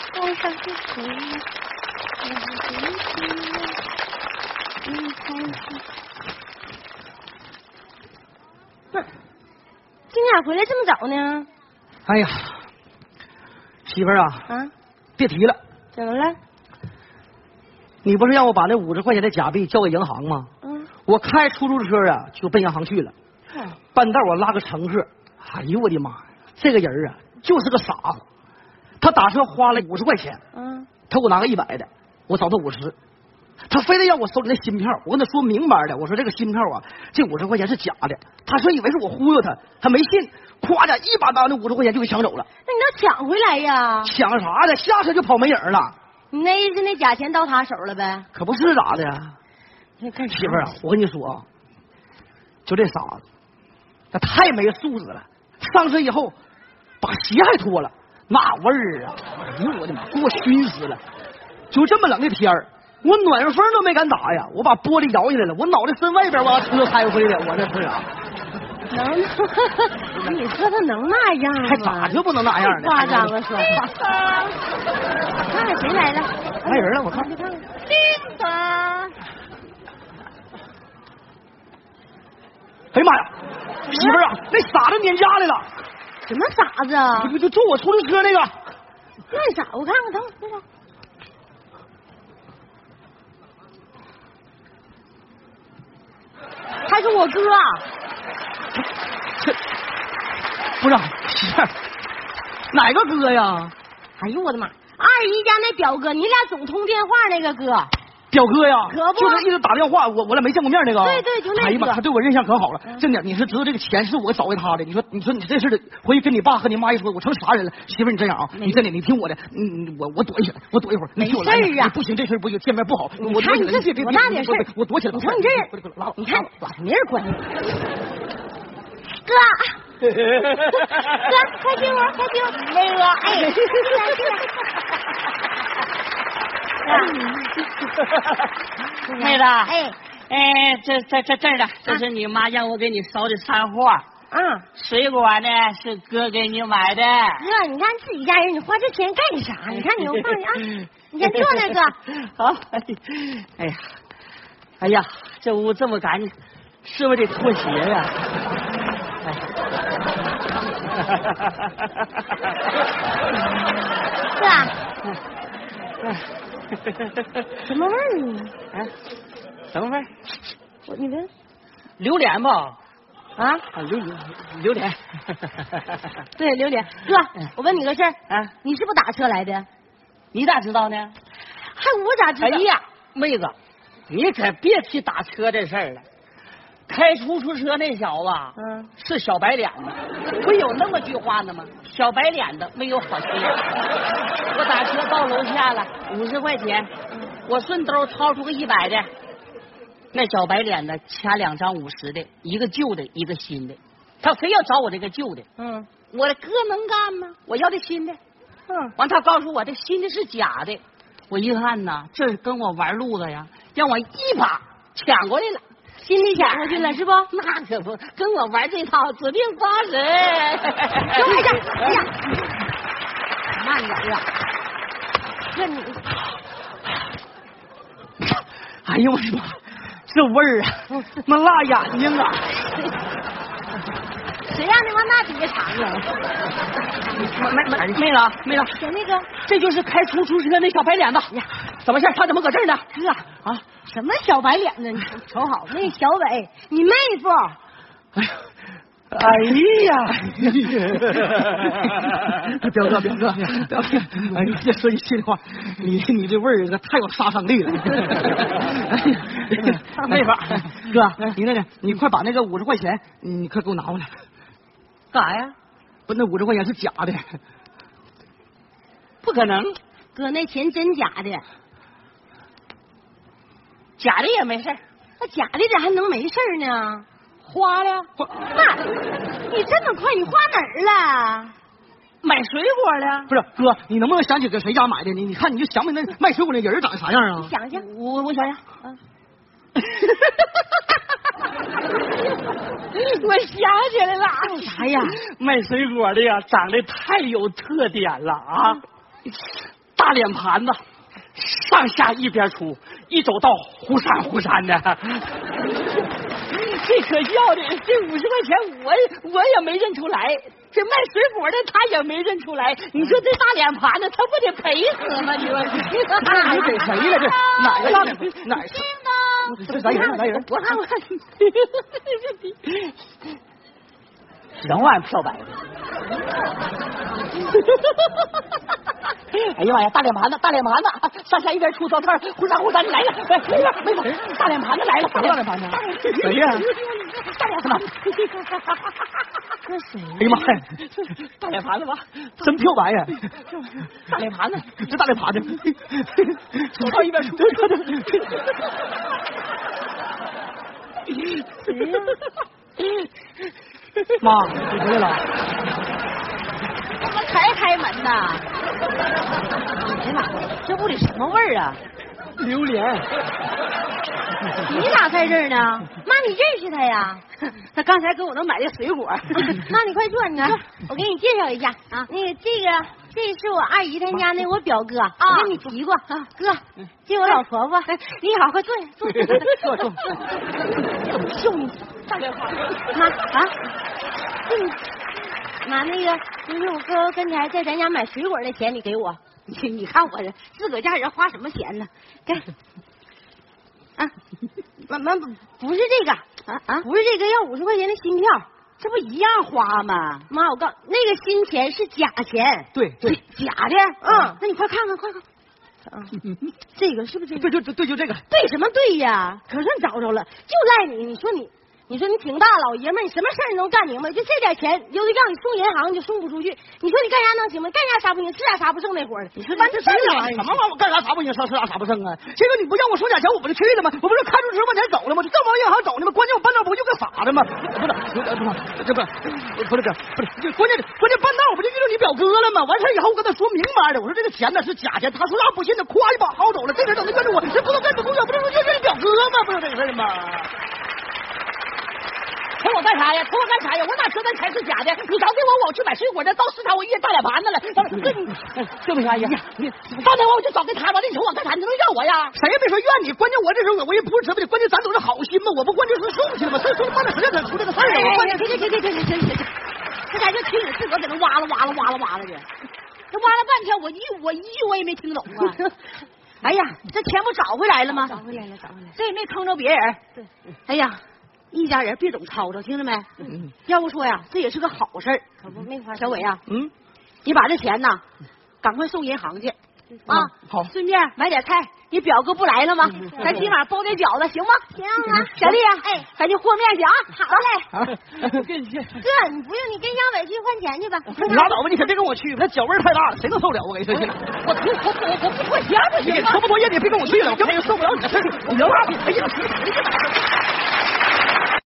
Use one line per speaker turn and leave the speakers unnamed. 是谁呢？我的呢？你看
哼，今天咋回来这么早呢？
哎呀，媳妇儿啊，
啊，
别提了，
怎么了？
你不是让我把那五十块钱的假币交给银行吗？
嗯，
我开出租车啊，就奔银行去了。
哼
半道我拉个乘客，哎呦我的妈呀，这个人啊就是个傻子，他打车花了五十块钱，
嗯，
他给我拿个一百的，我找他五十，他非得让我收你那新票，我跟他说明白了，我说这个新票啊，这五十块钱是假的，他说以为是我忽悠他，他没信，夸的一把把那五十块钱就给抢走了，
那你倒抢回来呀？
抢啥的，下车就跑没影儿了，
你那意思那假钱到他手了呗？
可不是咋的呀。
你看
媳妇儿啊，我跟你说啊，就这傻子，他太没素质了。上车以后，把鞋还脱了，那味儿啊！哎呦我的妈，给我熏死了！就这么冷的天儿，我暖风都没敢打呀，我把玻璃摇下来了，我脑袋伸外边往车开回来，我这是啊，
能， 你说他能那样吗？
还咋就不能那样呢？哎
太夸张了，说。看看谁来了？
来人了我看
你看看。叮当，
哎呀妈呀，媳妇儿啊，那傻子撵家来了，
什么傻子啊？
就就坐我出租车那个，
那你傻，我看看，等会儿，等会儿。他是我哥，啊
不是媳妇儿，哪个哥呀？
哎呦我的妈！二姨家那表哥，你俩总通电话那个哥，
表哥呀，
可不
就是一直打电话，我我俩没见过面那个。
对对就那个
哎呀妈，他对我印象可好了
嗯，
真的，你是知道这个钱是我找给他的，你说你说你这事儿得回去跟你爸和你妈一说，我成啥人了？媳妇儿你这样啊，你真的你听我的，嗯，我我躲一下，我躲一会儿，你听我来
没事儿啊
你不行，这事儿不行，见面不好，我
你
躲
看
起
你
来，
这
别别
多
别
大点事儿
别别我躲起来吧，
你瞅你这人
我我拉倒，
你看
拉倒
没人管你。哥，啊哥，快进屋，快进屋。 那个，哎，进来进来。哥
妹子啊
哎，
哎，这这这这儿呢，这是你妈让我给你捎的山货，
嗯，
水果呢是哥给你买的。
哥，你看自己家人，你花这钱干啥？你看你，我告诉 你啊，你先坐那个。
好，哎呀，哎呀，这屋这么干净，是不是得脱鞋呀、
哥，什么味儿呢？
哎，什么味儿？
我你闻
榴莲吧？
啊？
啊，榴榴莲。
对，榴莲。哥，我问你个事儿，
啊，
你是不是打车来的？
你咋知道呢？
还我咋知道？
哎呀，妹子，你可别提打车这事儿了。开出租车那小子啊
嗯，
是小白脸子，不有那么句话呢吗？小白脸子没有好心眼。我打车到楼下了，五十块钱，我顺兜掏出个一百的，那小白脸子掐两张五十的，一个旧的，一个新的，他非要找我这个旧的，
嗯
我的哥能干吗？我要这新的。
嗯，
完，他告诉我这新的是假的。我一看呐，这是跟我玩路子呀，让我一把抢过来了。
心里想过去了是不？
那可不，跟我玩这套，指定发 神。
等
哎
会儿，哎呀，
慢点啊呀！
哥你
哎呦我的妈，这味儿啊，那辣眼睛啊！
谁让你往那底下藏的？
妹妹妹子，妹子，
行，那个哎
这就是开出租车那小白脸子。怎么事儿？他怎么搁这儿呢？
哥啊，什么小白脸呢？你瞅好，那小伟，你妹夫，
哎呀，表哥表哥表哥，哎，这说句心里话，你你这味儿可太有杀伤力了。哎
没法
哥，你那个，你快把那个五十块钱，你快给我拿过来。
干啥呀？
不，那五十块钱是假的。
不可能，
哥那钱真假的？
假的也没事儿
那假的咋还能没事儿呢？
花了，
那，你这么快，你花哪儿了？
买水果了。
不是哥，你能不能想起搁谁家买的？你你看你就想不起那卖水果那人长啥样啊？
想啊想，
我我想想，
我想起来了，啥哎呀？
卖水果的呀，长得太有特点了啊！
大脸盘子，上下一边出，一走道忽闪忽闪的。
这可笑的，这五十块钱我我也没认出来，这卖水果的他也没认出来。你说这大脸盘子，他不得赔死吗？你说
那你得谁了？这哪个大脸盘？哪
叮
是？
咚，
这是咱人，咱人，
我看我看，
整晚漂白的。哎呀妈呀！大脸盘子， 大脸盘子，上下一边出糟摊儿，忽闪忽闪来了，哎，没法没法，大脸盘子来了，大脸盘子，啊谁呀？大脸盘子，
这谁呀？
哎呀妈呀！大脸盘子吧，真漂白呀！大脸盘子，这大脸盘子，上一边出，妈，你回来了。
怎么才开门呢？
哎妈，这屋里什么味 儿啊？
榴莲，
你咋在这儿呢？妈，你认识他呀？
他刚才给我能买的水果，
妈，你快坐， 你看，我给你介绍一下啊，那个这个这是我二姨他家那我表哥，我跟你提过啊，哥，
嗯
这我老婆
哎
婆，你好，快坐下，坐 下，
坐坐
怎么笑你？
大脸盘子。
妈啊，嗯妈那个就是我哥刚才在咱家买水果的钱，你给我，你你看我这自个儿家人花什么钱呢？给啊，妈妈不是这个啊啊，不是这个要五十块钱的新票，
这不一样花吗？
妈，我告那个新钱是假钱，
对对
假的，嗯，那你快看看，快看，嗯，这个是不是这个？
对就对就这个，
对什么对呀？可算找着了，就赖你！你说你，你说你挺大老爷们儿，你什么事儿你能干明白？就这点钱，有的让你送银行你就送不出去，你说你干啥能行吗？干啥啥不行，吃啥啥不剩那伙儿的。你说完
这
事儿了，
什么玩意儿？我干啥啥不行，啥吃啥啥不剩啊？这个你不让我收假钱，我不就去了吗？我不是看出值往前走了吗？就正往银行走呢吗？关键我半道不就给法了吗？不是，不是，这不是，不是这，不是，就关键关键半道我不就遇到你表哥了吗？完事以后我跟他说明白了，我说这个钱呢是假钱，他说那不信的，夸一把薅走了。这人怎么跟着我？这不能跟着我，不是就是你表哥吗？不是这事儿吗？
瞅我干啥呀？瞅我干啥呀？我哪知道那钱是假的？你早给我，我去买水果去。到市场我遇见大脸盘子了。当时这你，
对不起阿姨，
刚才我就找给他完了，你瞅我干啥？你能怨我呀？
谁也没说怨你，关键我这时候我也不是什么的，关键咱都是好心嘛，我不关键是送去了吗？这送半点时间才出这个事儿啊，我关键
停停停停停停停！
这家就听你自个儿在那哇啦哇啦哇啦哇啦的，这哇啦半天，我一我一句我也没听懂啊。
哎呀，这钱不找回来了吗？
找回来了，找回来了。
这也没坑着别人。
对，
哎呀，一家人别总吵吵，听着没？
嗯
要不说呀，这也是个好事儿，可不没法。小伟呀、啊
嗯
你把这钱呐，赶快送银行去啊！
好
顺便买点菜。你表哥不来了吗？咱今晚包点饺子行吗？嗯行啊，小丽呀，哎，咱去和面去啊！好嘞，
啊，
哥，你不用，你跟小伟去换钱去吧。
你拉倒吧，你可别跟我去，那脚味儿太大了，谁能受了？我跟你说，现在
我听我我我不脱鞋不
你
行吗？
抽不脱烟，你别跟我去了，我根本就受不了你的事儿。你能拉倒？哎呀，